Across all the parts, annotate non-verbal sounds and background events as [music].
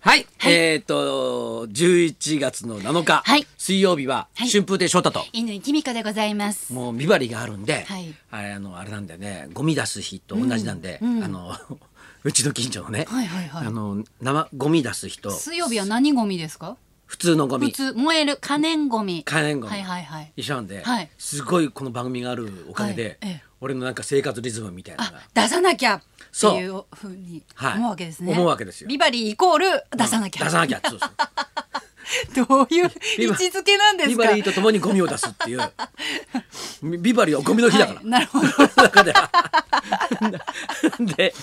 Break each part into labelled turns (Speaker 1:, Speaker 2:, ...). Speaker 1: はい、えっ、と11月の7日、
Speaker 2: はい
Speaker 1: 水曜日は
Speaker 2: はい
Speaker 1: 春風亭昇太と、
Speaker 2: 犬井美香でございます。
Speaker 1: もうビバリがあるんで、
Speaker 2: はい
Speaker 1: あれあのあれなんだよねゴミ出す日と同じなんで、あの [laughs] うちの近所のね、
Speaker 2: はいはいはい
Speaker 1: あの生ゴミ出す日と
Speaker 2: 水曜日は何ゴミですか？
Speaker 1: 普通のゴ
Speaker 2: 普
Speaker 1: ミ
Speaker 2: 通燃える可燃ゴミ。
Speaker 1: 可燃ゴミ
Speaker 2: はいはいはい。
Speaker 1: 一緒なんで、
Speaker 2: はい
Speaker 1: すごいこの番組があるおかげで、
Speaker 2: はいええ
Speaker 1: 俺のなんか生活リズムみたいなの
Speaker 2: あ
Speaker 1: が、
Speaker 2: 出さなきゃって
Speaker 1: そう
Speaker 2: いうふうに
Speaker 1: はい
Speaker 2: 思うわけですね。
Speaker 1: 思うわけですよ
Speaker 2: ビバリーイコール出さなきゃ。
Speaker 1: 出さなきゃそうそう
Speaker 2: [laughs] どういう
Speaker 1: ビ
Speaker 2: 位
Speaker 1: バ
Speaker 2: 置づけなんで
Speaker 1: ビ
Speaker 2: すか？
Speaker 1: バリーと共にゴミを出すっていう
Speaker 2: [laughs]
Speaker 1: ビバリーはゴミの日だから、
Speaker 2: はいなるほど。
Speaker 1: 中では。で、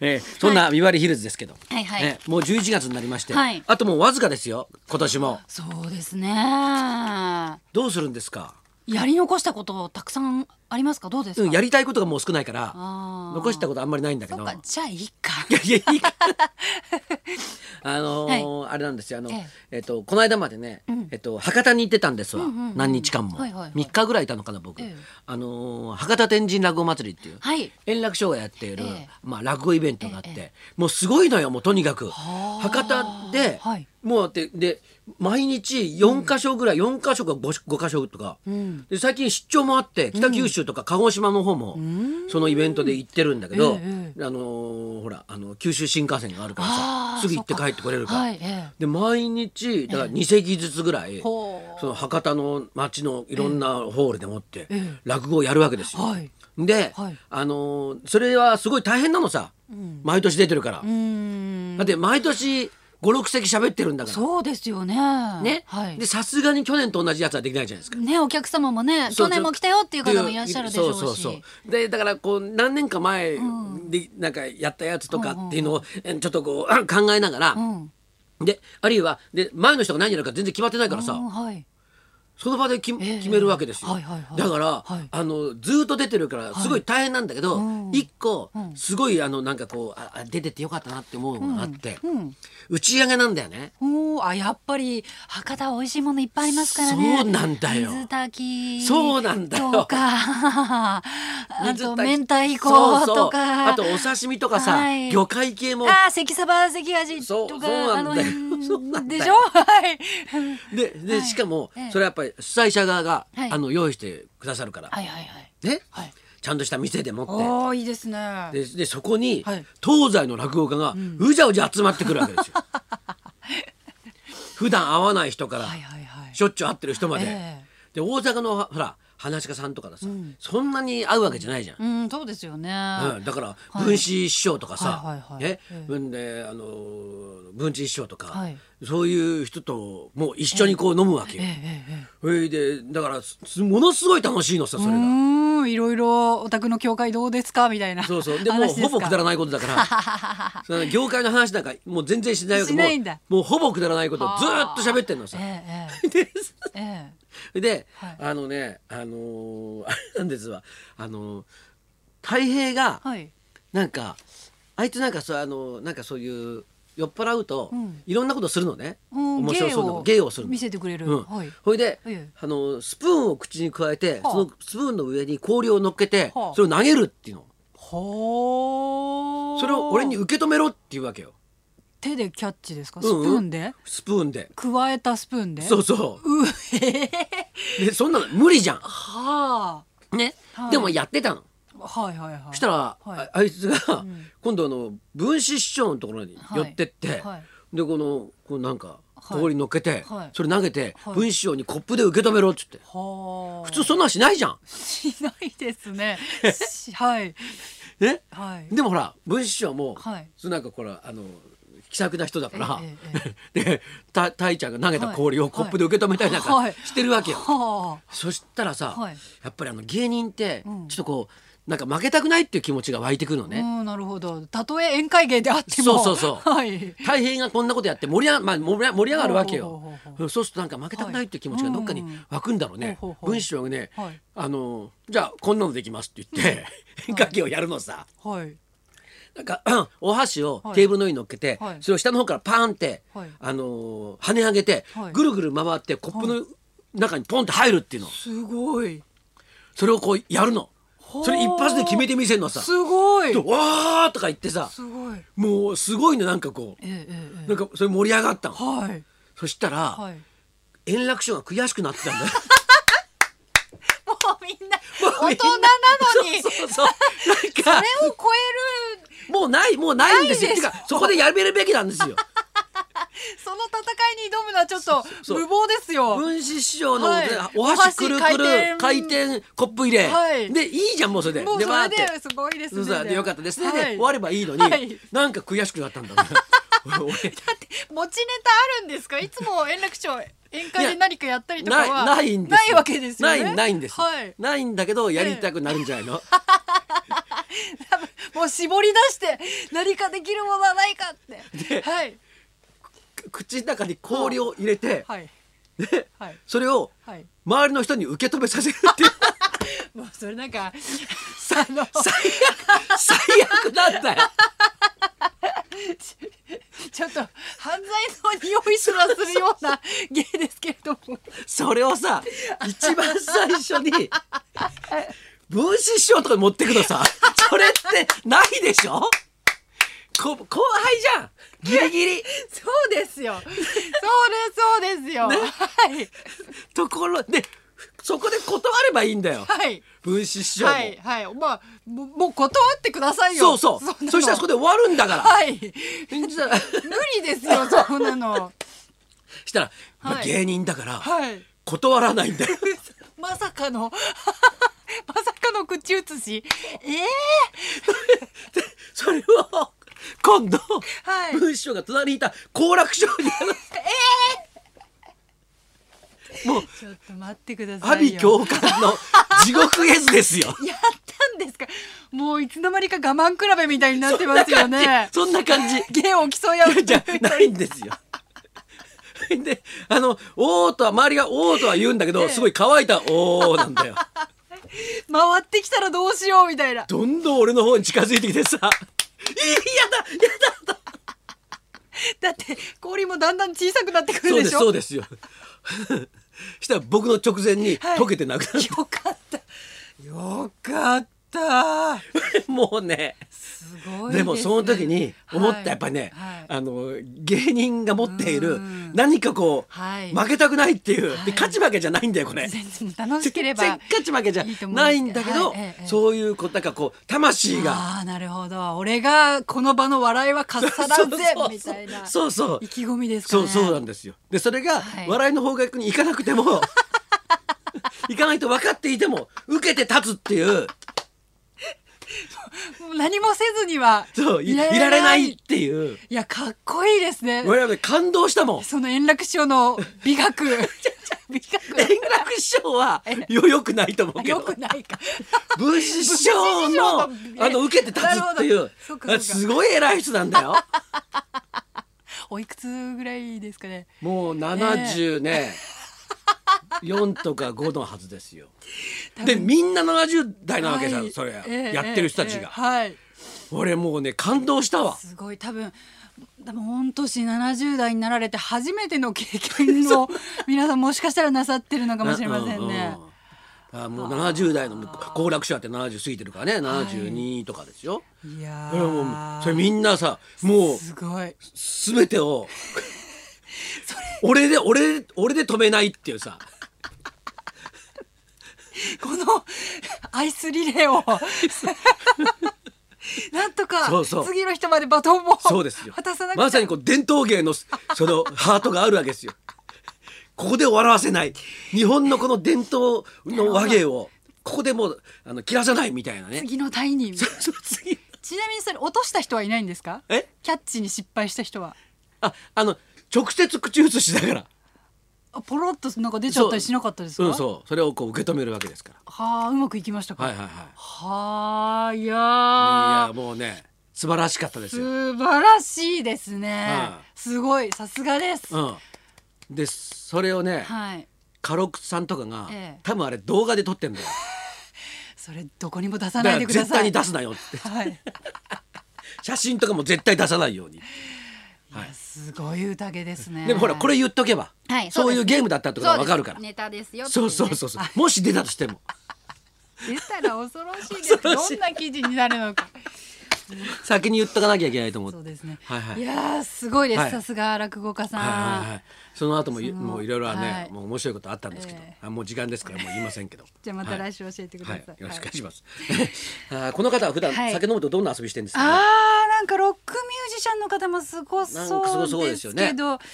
Speaker 1: えーそんなビバリーヒルズですけど、
Speaker 2: はいはい
Speaker 1: ねもう11月になりまして、
Speaker 2: はい
Speaker 1: あともうわずかですよ今年も
Speaker 2: そうですね。や
Speaker 1: どうするんですか、
Speaker 2: り残したことたくさんありますか？どうです
Speaker 1: う
Speaker 2: か？
Speaker 1: ん、やりたいことがもう少ないから
Speaker 2: あー
Speaker 1: 残したことあんまりないんだけ
Speaker 2: そ
Speaker 1: ど
Speaker 2: っかじゃあいいか。
Speaker 1: いやいやいい
Speaker 2: [laughs]
Speaker 1: かあのーあれなんですよあの、え
Speaker 2: え
Speaker 1: っとこの間までね、えっと博多に行ってたんですわ、
Speaker 2: うんうんうん
Speaker 1: 何日間も、
Speaker 2: はいはいはい
Speaker 1: 3日ぐらいいたのかな僕、
Speaker 2: ええ
Speaker 1: あのー博多天神落語祭りっていう、
Speaker 2: はい
Speaker 1: 円楽師匠がやっている、
Speaker 2: ええ
Speaker 1: まあ、落語イベントがあって、
Speaker 2: え
Speaker 1: もうすごいのよもうとにかく
Speaker 2: はあ
Speaker 1: 博多で、
Speaker 2: はい
Speaker 1: もうでで毎日4箇所ぐらい、四4箇所か 5, 五箇所とか、
Speaker 2: ん
Speaker 1: で最近出張もあって北九州とか鹿児島の方も、そのイベントで行ってるんだけど、
Speaker 2: ええ
Speaker 1: あのーほらあの九州新幹線があるから
Speaker 2: あ
Speaker 1: さ
Speaker 2: ー
Speaker 1: すぐ行って帰ってこれるから。
Speaker 2: はいえ
Speaker 1: で毎日だから2席ずつぐらい、
Speaker 2: ほう
Speaker 1: その博多の町のいろんなホールでもって
Speaker 2: ええ
Speaker 1: 落語をやるわけですよ。
Speaker 2: はい
Speaker 1: で、
Speaker 2: はい
Speaker 1: あのーそれはすごい大変なのさ、毎年出てるから。
Speaker 2: えうーん。
Speaker 1: だって毎年56席喋ってるんだから。
Speaker 2: そうですよね。
Speaker 1: ね
Speaker 2: はい
Speaker 1: で。さすがに去年と同じやつはできないじゃないですか。
Speaker 2: ね、お客様もね、
Speaker 1: そう
Speaker 2: 去年も来たよっていう方もいらっしゃるでしょうし。
Speaker 1: そうそうそうでだからこう何年か前でなんかやったやつとかっていうのをえちょっとこう [coughs] 考えながら、
Speaker 2: うん、
Speaker 1: であるいはで前の人が何やるか全然決まってないからさ、
Speaker 2: うんはい、
Speaker 1: その場でき、
Speaker 2: ええ
Speaker 1: 決めるわけですよ、
Speaker 2: はいはいはい
Speaker 1: だから、
Speaker 2: はい
Speaker 1: あのずーっと出てるからすごい大変なんだけど、
Speaker 2: うん
Speaker 1: 一個
Speaker 2: うん
Speaker 1: すごいあのなんかこうああ出てってよかったなって思うのがあって、
Speaker 2: うん、
Speaker 1: 打ち上げなんだよね。
Speaker 2: おお、あ、やっぱり博多美味しいものいっぱいありますからね。
Speaker 1: そうなんだよ
Speaker 2: 水炊き。
Speaker 1: そうなんだよ
Speaker 2: とか、あ
Speaker 1: [laughs] 水
Speaker 2: と
Speaker 1: 炊き
Speaker 2: 明太子
Speaker 1: そうそう
Speaker 2: とか。
Speaker 1: あとお刺身とかさ、
Speaker 2: はい
Speaker 1: 魚介系も
Speaker 2: あー、関サバ関味
Speaker 1: そう
Speaker 2: とか
Speaker 1: そうな
Speaker 2: あ
Speaker 1: んだ
Speaker 2: の
Speaker 1: よそうなん
Speaker 2: 辺
Speaker 1: だよ
Speaker 2: でしょ。はい。
Speaker 1: でで、
Speaker 2: はい
Speaker 1: しかも
Speaker 2: ええ
Speaker 1: それはやっぱり主催者側が、
Speaker 2: はい
Speaker 1: あの用意してくださる [laughs] から、
Speaker 2: はいはいはい。
Speaker 1: ね、
Speaker 2: はい。
Speaker 1: ちゃんとした店でもっ
Speaker 2: おお、いいですね。
Speaker 1: てででそこに、
Speaker 2: はい
Speaker 1: 東西の落語家がうじゃうじゃ集まってくるわけ
Speaker 2: [laughs]
Speaker 1: ですよ。普段会わない人から、
Speaker 2: はいはいはい。
Speaker 1: しょっちゅう会ってる人まで、
Speaker 2: え
Speaker 1: で大阪のほら話し家さんとかださ、
Speaker 2: うん
Speaker 1: そんなに会うわけじゃないじゃん。
Speaker 2: うん、そうですよね。
Speaker 1: うん、だから
Speaker 2: い
Speaker 1: 文枝師匠とか
Speaker 2: はい
Speaker 1: さ
Speaker 2: はいはい
Speaker 1: ね
Speaker 2: ええ
Speaker 1: 文であのー文枝師匠とか、
Speaker 2: はい
Speaker 1: そういう人ともう一緒にこう飲むわけよ
Speaker 2: ええ。ええええ。
Speaker 1: それでだからすものすごい楽しいのさそれ
Speaker 2: う
Speaker 1: が。
Speaker 2: ーんいろいろお宅の教会どうですかみたいな
Speaker 1: そうそうでもう
Speaker 2: 話です
Speaker 1: ほ
Speaker 2: か
Speaker 1: ぼくだらないことだから
Speaker 2: [laughs]
Speaker 1: その業界の話なんかもう全然しないわけ
Speaker 2: しないんだ
Speaker 1: もうもうほぼくだらないことをずーっと喋ってんのさ。
Speaker 2: え
Speaker 1: [laughs] で
Speaker 2: ええええ
Speaker 1: で、
Speaker 2: はい
Speaker 1: あのねあのー [laughs] あれなんですわあのー太平が
Speaker 2: えはい
Speaker 1: なんかあいつなんかそうあのなんかそういう酔っ払うと、
Speaker 2: うん
Speaker 1: いろんなことするのね、
Speaker 2: うん
Speaker 1: 面白そうなの芸をするの
Speaker 2: 見せてくれる、
Speaker 1: うん
Speaker 2: はい
Speaker 1: ほいで、
Speaker 2: ええ
Speaker 1: あのスプーンを口に加えて、
Speaker 2: はあ
Speaker 1: そのスプーンの上に氷を乗っけて、
Speaker 2: はあ
Speaker 1: それを投げるっていうの
Speaker 2: ほー
Speaker 1: それを俺に受け止めろっていうわけよ
Speaker 2: 手でキャッチですか
Speaker 1: う
Speaker 2: ス
Speaker 1: ん
Speaker 2: プ
Speaker 1: うん
Speaker 2: ーンで、
Speaker 1: スプーンで
Speaker 2: 加えたスプーンで
Speaker 1: そうそう
Speaker 2: うええ
Speaker 1: うでそんなの無理じゃ
Speaker 2: は
Speaker 1: んね、
Speaker 2: はい
Speaker 1: でもやってたの
Speaker 2: あはいはいはい
Speaker 1: そしたら、
Speaker 2: はい
Speaker 1: ああいつが、
Speaker 2: ん
Speaker 1: 今度あの分子師匠のところに寄ってって、
Speaker 2: はい
Speaker 1: でこのこうなんか
Speaker 2: はい
Speaker 1: 氷乗っけて、
Speaker 2: はい
Speaker 1: それ投げて、
Speaker 2: はい
Speaker 1: 分子師匠にコップで受け止めろっつって
Speaker 2: はあ
Speaker 1: 普通そんなんしないじゃん。
Speaker 2: しないで
Speaker 1: [laughs]
Speaker 2: すねしはい
Speaker 1: ね、
Speaker 2: はい
Speaker 1: でもほら分子師匠も、
Speaker 2: はい
Speaker 1: そうなんかこれあの気さくな人だから、
Speaker 2: え
Speaker 1: [laughs] でたたいちゃんが投げた氷を
Speaker 2: はい
Speaker 1: コップで受け止めたりなんか
Speaker 2: はい
Speaker 1: してるわけよ。
Speaker 2: は
Speaker 1: そしたらさ、
Speaker 2: はい
Speaker 1: やっぱりあの芸人って
Speaker 2: うん
Speaker 1: ちょっとこうなんか負けたくないっていう気持ちが湧いてくるの
Speaker 2: あ、
Speaker 1: ね。
Speaker 2: うんなるほどたとえ宴会芸であっても
Speaker 1: そうそうそう
Speaker 2: [laughs] はい
Speaker 1: 大変がこんなことやって盛り上が,、まあ、盛り上が盛り上がるわけ
Speaker 2: ほう
Speaker 1: よ
Speaker 2: ほうほう。
Speaker 1: そうするとなんか負けたくないっていう気持ちがどっかに湧くんだろう
Speaker 2: はい
Speaker 1: ね
Speaker 2: ほうほう。ほう
Speaker 1: 文章がね、
Speaker 2: はい
Speaker 1: あのじゃあこんなのできますって言って [laughs] 変化球をやるのさ。
Speaker 2: はい
Speaker 1: なんか [clears throat] お箸をテーブルの上に乗っけて、
Speaker 2: はい
Speaker 1: それを下の方からパーンって、
Speaker 2: はい
Speaker 1: あのー跳ね上げて、
Speaker 2: はい
Speaker 1: ぐるぐる回ってコップの中にポンって入るっていうの。
Speaker 2: すごい
Speaker 1: それをこうやるの。
Speaker 2: う
Speaker 1: それ一発で決めてみせるのさ
Speaker 2: すごい
Speaker 1: でわーとか言ってさ
Speaker 2: すごい
Speaker 1: もうすごいのなんかこう
Speaker 2: えええええ
Speaker 1: なんかそれ盛り上がったの
Speaker 2: えはい
Speaker 1: そしたら、
Speaker 2: はいも
Speaker 1: 円楽師匠が悔しくなってたんだよ
Speaker 2: うみんな
Speaker 1: もう
Speaker 2: 大
Speaker 1: みん
Speaker 2: 人 [laughs] なのに
Speaker 1: [laughs] そうそうそうなん
Speaker 2: あ
Speaker 1: か
Speaker 2: れを超える
Speaker 1: もうないもうないんですよ
Speaker 2: ないです
Speaker 1: てかそこでやめるべきなんですよ
Speaker 2: その戦いに挑むのはちょっと
Speaker 1: そう
Speaker 2: 無謀ですよ
Speaker 1: 分子師匠の、
Speaker 2: はい
Speaker 1: お箸くるくる
Speaker 2: お箸
Speaker 1: 回
Speaker 2: 回
Speaker 1: 転コップ入れ、
Speaker 2: はい
Speaker 1: でいいじゃんもうそれで
Speaker 2: もう
Speaker 1: で
Speaker 2: そ
Speaker 1: わー
Speaker 2: れ
Speaker 1: って
Speaker 2: ですごいです
Speaker 1: そう
Speaker 2: ね
Speaker 1: そうでよかったですね、
Speaker 2: はい
Speaker 1: で終わればいいのに、
Speaker 2: はい
Speaker 1: なんか悔しくなったんだろう
Speaker 2: [laughs]
Speaker 1: な俺
Speaker 2: だって持ちネタあるんですかいつも円楽町宴会で何かやったりとか
Speaker 1: ない
Speaker 2: は
Speaker 1: ないんですよ
Speaker 2: わけですよね
Speaker 1: ないないんです、
Speaker 2: はい
Speaker 1: ないんだけどやりたくなるんじゃないの、
Speaker 2: [laughs] もう絞り出して何かできるものはないかってはい
Speaker 1: 口の中に氷を入れて、
Speaker 2: はい
Speaker 1: で
Speaker 2: はい
Speaker 1: それを
Speaker 2: はい
Speaker 1: 周りの人に受け止めさせるっていう
Speaker 2: [laughs] もうそれなんか [laughs] さあの
Speaker 1: 最悪最悪なんだよ
Speaker 2: ちょっと犯罪の匂いすらするよ
Speaker 1: [laughs]
Speaker 2: うな芸ですけれども
Speaker 1: それをさ一番最初に分子師匠とかに持ってくのさそれってないでしょこ後輩じゃんギリギリ
Speaker 2: そうですよそうですそうですよ、はい
Speaker 1: ところでそこで断ればいいんだよ
Speaker 2: はい
Speaker 1: 分子師匠も、
Speaker 2: はいはいまあももう断ってください
Speaker 1: そ
Speaker 2: よ
Speaker 1: うそうそ
Speaker 2: んなの
Speaker 1: したらそこで終わるんだから
Speaker 2: はい
Speaker 1: そしたら
Speaker 2: [laughs] 無理ですよそんなの
Speaker 1: したら、まあ
Speaker 2: はい
Speaker 1: 芸人だから
Speaker 2: はい
Speaker 1: 断らないんだよ
Speaker 2: [laughs] まさかのまさかの口移しええ
Speaker 1: それを今度、 [laughs]
Speaker 2: はい
Speaker 1: 文章が隣にいた好楽師匠に
Speaker 2: [laughs]
Speaker 1: もう
Speaker 2: ちょっと待ってくだ
Speaker 1: 阿
Speaker 2: さ
Speaker 1: 鼻
Speaker 2: いよ
Speaker 1: 教官の地獄絵図です
Speaker 2: [laughs]
Speaker 1: よ。
Speaker 2: やったんですかもういつの間にか我慢比べみたいになってますよね
Speaker 1: そんな感じ。そんな感
Speaker 2: 芸を競い合う
Speaker 1: じ。じゃないんですよ。で、あの、おーとは、周りがおーとは言うんだけど、
Speaker 2: ええ
Speaker 1: すごい乾いたおーなん
Speaker 2: [laughs]
Speaker 1: だよ。
Speaker 2: [laughs] 回ってきたらどうしようみたいな
Speaker 1: どんどん俺の方に近づいてきてさ、いいやだやだやだ
Speaker 2: だって氷もだんだん小さくなってく
Speaker 1: そうで、
Speaker 2: るですしょ
Speaker 1: そうですよ。 [laughs] したら僕の直前に
Speaker 2: はい
Speaker 1: 溶けてなくなっ
Speaker 2: よかったよかった
Speaker 1: て、 [laughs] もうね。
Speaker 2: すごい
Speaker 1: でもその時に思ったやっぱ
Speaker 2: り
Speaker 1: りね、
Speaker 2: はい
Speaker 1: あの芸人が持っている
Speaker 2: うん
Speaker 1: 何かこう、
Speaker 2: はい
Speaker 1: 負けたくないっていう、
Speaker 2: は
Speaker 1: で
Speaker 2: い
Speaker 1: 勝ち負けじゃないんだよこれ。
Speaker 2: 全然楽しけれ
Speaker 1: 全然
Speaker 2: ば
Speaker 1: 勝ち負けじゃ
Speaker 2: いいと思うんです
Speaker 1: ないんだけど
Speaker 2: はいええええ
Speaker 1: そういうこうなんかこう魂が
Speaker 2: ああなるほど俺がこの場の笑いはかっさらうぜ
Speaker 1: [laughs] そう
Speaker 2: みたいな
Speaker 1: そうそう
Speaker 2: 意気込みですか
Speaker 1: そ
Speaker 2: ね
Speaker 1: うそうなんですよ。でそれが
Speaker 2: はい
Speaker 1: 笑いの方角に行かなくても、
Speaker 2: [laughs]
Speaker 1: 行かないと分かっていても受けて立つっていう
Speaker 2: もう何もせずには
Speaker 1: そういい
Speaker 2: いられない
Speaker 1: られないっていう
Speaker 2: いやかっこいいですね
Speaker 1: 我々感動したもん。
Speaker 2: その円楽師匠の
Speaker 1: [laughs]
Speaker 2: 美学美
Speaker 1: 円
Speaker 2: 学
Speaker 1: 楽師匠
Speaker 2: [laughs]
Speaker 1: はよよくないと思うけど。
Speaker 2: よくないか [laughs]
Speaker 1: 分子師匠のあ
Speaker 2: 分子師匠の
Speaker 1: の受けて立つってい
Speaker 2: なるほ
Speaker 1: う
Speaker 2: どそうかそうか
Speaker 1: すごい偉い人なんだ
Speaker 2: [laughs]
Speaker 1: よ
Speaker 2: おいくつぐらいですかね
Speaker 1: もう70ね、4とか5のはずですよ
Speaker 2: 多
Speaker 1: で
Speaker 2: 分
Speaker 1: みんな70代なわけじゃん、
Speaker 2: はい
Speaker 1: それ、
Speaker 2: ええ
Speaker 1: やってる人たちが、
Speaker 2: ええはい
Speaker 1: 俺もうね感動したわ
Speaker 2: すごい多分多分御年70代になられて初めての経
Speaker 1: [laughs]
Speaker 2: 験を皆さんもしかしたらなさってるのかもしれませんね。
Speaker 1: うんうんあもう70代のもう好楽師匠って70過ぎてるからね72とかですよ、
Speaker 2: いや
Speaker 1: それはも
Speaker 2: ー
Speaker 1: うそれみんなさもう
Speaker 2: すごい
Speaker 1: 全てを俺で俺俺で止めないっていうさ
Speaker 2: この [laughs] アイスリレーをなんとか
Speaker 1: そうそう
Speaker 2: 次の人までバトンを
Speaker 1: そうですよ
Speaker 2: 果たさなくちゃ
Speaker 1: まさにこう伝統芸のそのハートがあるわけですよここで終わらせない日本のこの伝統の和芸をここでもうあの切らさないみたいなね
Speaker 2: 次の隊に
Speaker 1: そうそう次
Speaker 2: ちなみにそれ落とした人はいないんですか
Speaker 1: え
Speaker 2: キャッチに失敗した人は
Speaker 1: ああの直接口移しだから
Speaker 2: あポロッとなんか出ちゃったりしなかったですか
Speaker 1: うんそうそれをこう受け止めるわけですか
Speaker 2: はあうまくいきましたから
Speaker 1: はいはいはい
Speaker 2: はあいや
Speaker 1: い
Speaker 2: ー
Speaker 1: やもうね素晴らしかったですよ、
Speaker 2: 素晴らしいですね、
Speaker 1: は
Speaker 2: すごいさすがで
Speaker 1: う
Speaker 2: す、
Speaker 1: ん、でそれをね、
Speaker 2: はい
Speaker 1: カロクさんとかが、
Speaker 2: ええ
Speaker 1: 多分あれ動画で撮ってん
Speaker 2: [laughs]
Speaker 1: だよ
Speaker 2: それどこにも出さ
Speaker 1: だか
Speaker 2: ない
Speaker 1: ら
Speaker 2: でくだ
Speaker 1: 絶
Speaker 2: さ
Speaker 1: 対に
Speaker 2: い
Speaker 1: 出すなよって
Speaker 2: はい、い
Speaker 1: 写真とかも絶対出さないように
Speaker 2: や
Speaker 1: はい
Speaker 2: すごい宴ですね
Speaker 1: でもほらこれ言っとけば、
Speaker 2: はい
Speaker 1: そう
Speaker 2: そう
Speaker 1: い
Speaker 2: で
Speaker 1: う
Speaker 2: す
Speaker 1: ゲームだったってことがわかるから
Speaker 2: そうですネタですよってい
Speaker 1: そうそうそうそうもし出たとしても
Speaker 2: 出たら恐ろしいで
Speaker 1: [laughs]
Speaker 2: す
Speaker 1: 恐ろしい
Speaker 2: どんな記事になる
Speaker 1: [laughs]
Speaker 2: のか
Speaker 1: 先に言っとかなきゃいけないと思って
Speaker 2: そうですね、
Speaker 1: はいはい
Speaker 2: いやーすごいです、
Speaker 1: はい
Speaker 2: さすが落語家さん、
Speaker 1: はいはいはい、その後もい
Speaker 2: その
Speaker 1: もういろいろはね、
Speaker 2: はい
Speaker 1: もう面白いことあったんですけど、
Speaker 2: え
Speaker 1: あもう時間ですからもう言いませんけど
Speaker 2: [laughs] じゃあまた
Speaker 1: はい
Speaker 2: 来週教えてください、
Speaker 1: はい、よろしくお願いします。あーこの方は普段
Speaker 2: はい
Speaker 1: 酒飲むとどんな遊びしてるんですか、ね。
Speaker 2: あーなんかロックミュージシャンの方もすご
Speaker 1: なんかすごそ
Speaker 2: そうう
Speaker 1: で
Speaker 2: ですす
Speaker 1: よ
Speaker 2: けど
Speaker 1: ね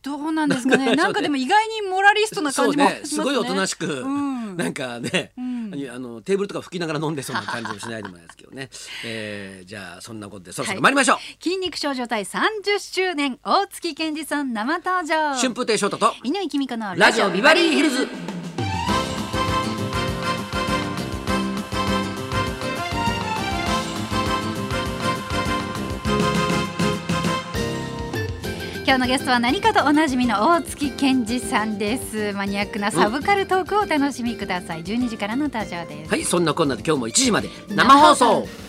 Speaker 2: どうなんですか
Speaker 1: そう
Speaker 2: ね
Speaker 1: ね
Speaker 2: なんかでも意外にモラリストな感じもありますね
Speaker 1: そうね、すごいおとなしく、
Speaker 2: うん
Speaker 1: なんかね、
Speaker 2: うん
Speaker 1: あのテーブルとか拭きながら飲んでそうな感じもしないでもないですけど
Speaker 2: [laughs]
Speaker 1: ね。えー、じゃあそんなことでそろそろ参りましょう。
Speaker 2: 筋肉少女隊30周年大月健二さん生登場
Speaker 1: 春風亭昇太と
Speaker 2: 乾きみかの
Speaker 1: ラジオビバリーヒルズ。
Speaker 2: 今日のゲストは何かとおなじみの大月健二さんですマニアックなサブカルトークをお楽しみください12時からの登場です
Speaker 1: はい、そんなこんなで今日も1時まで生放送。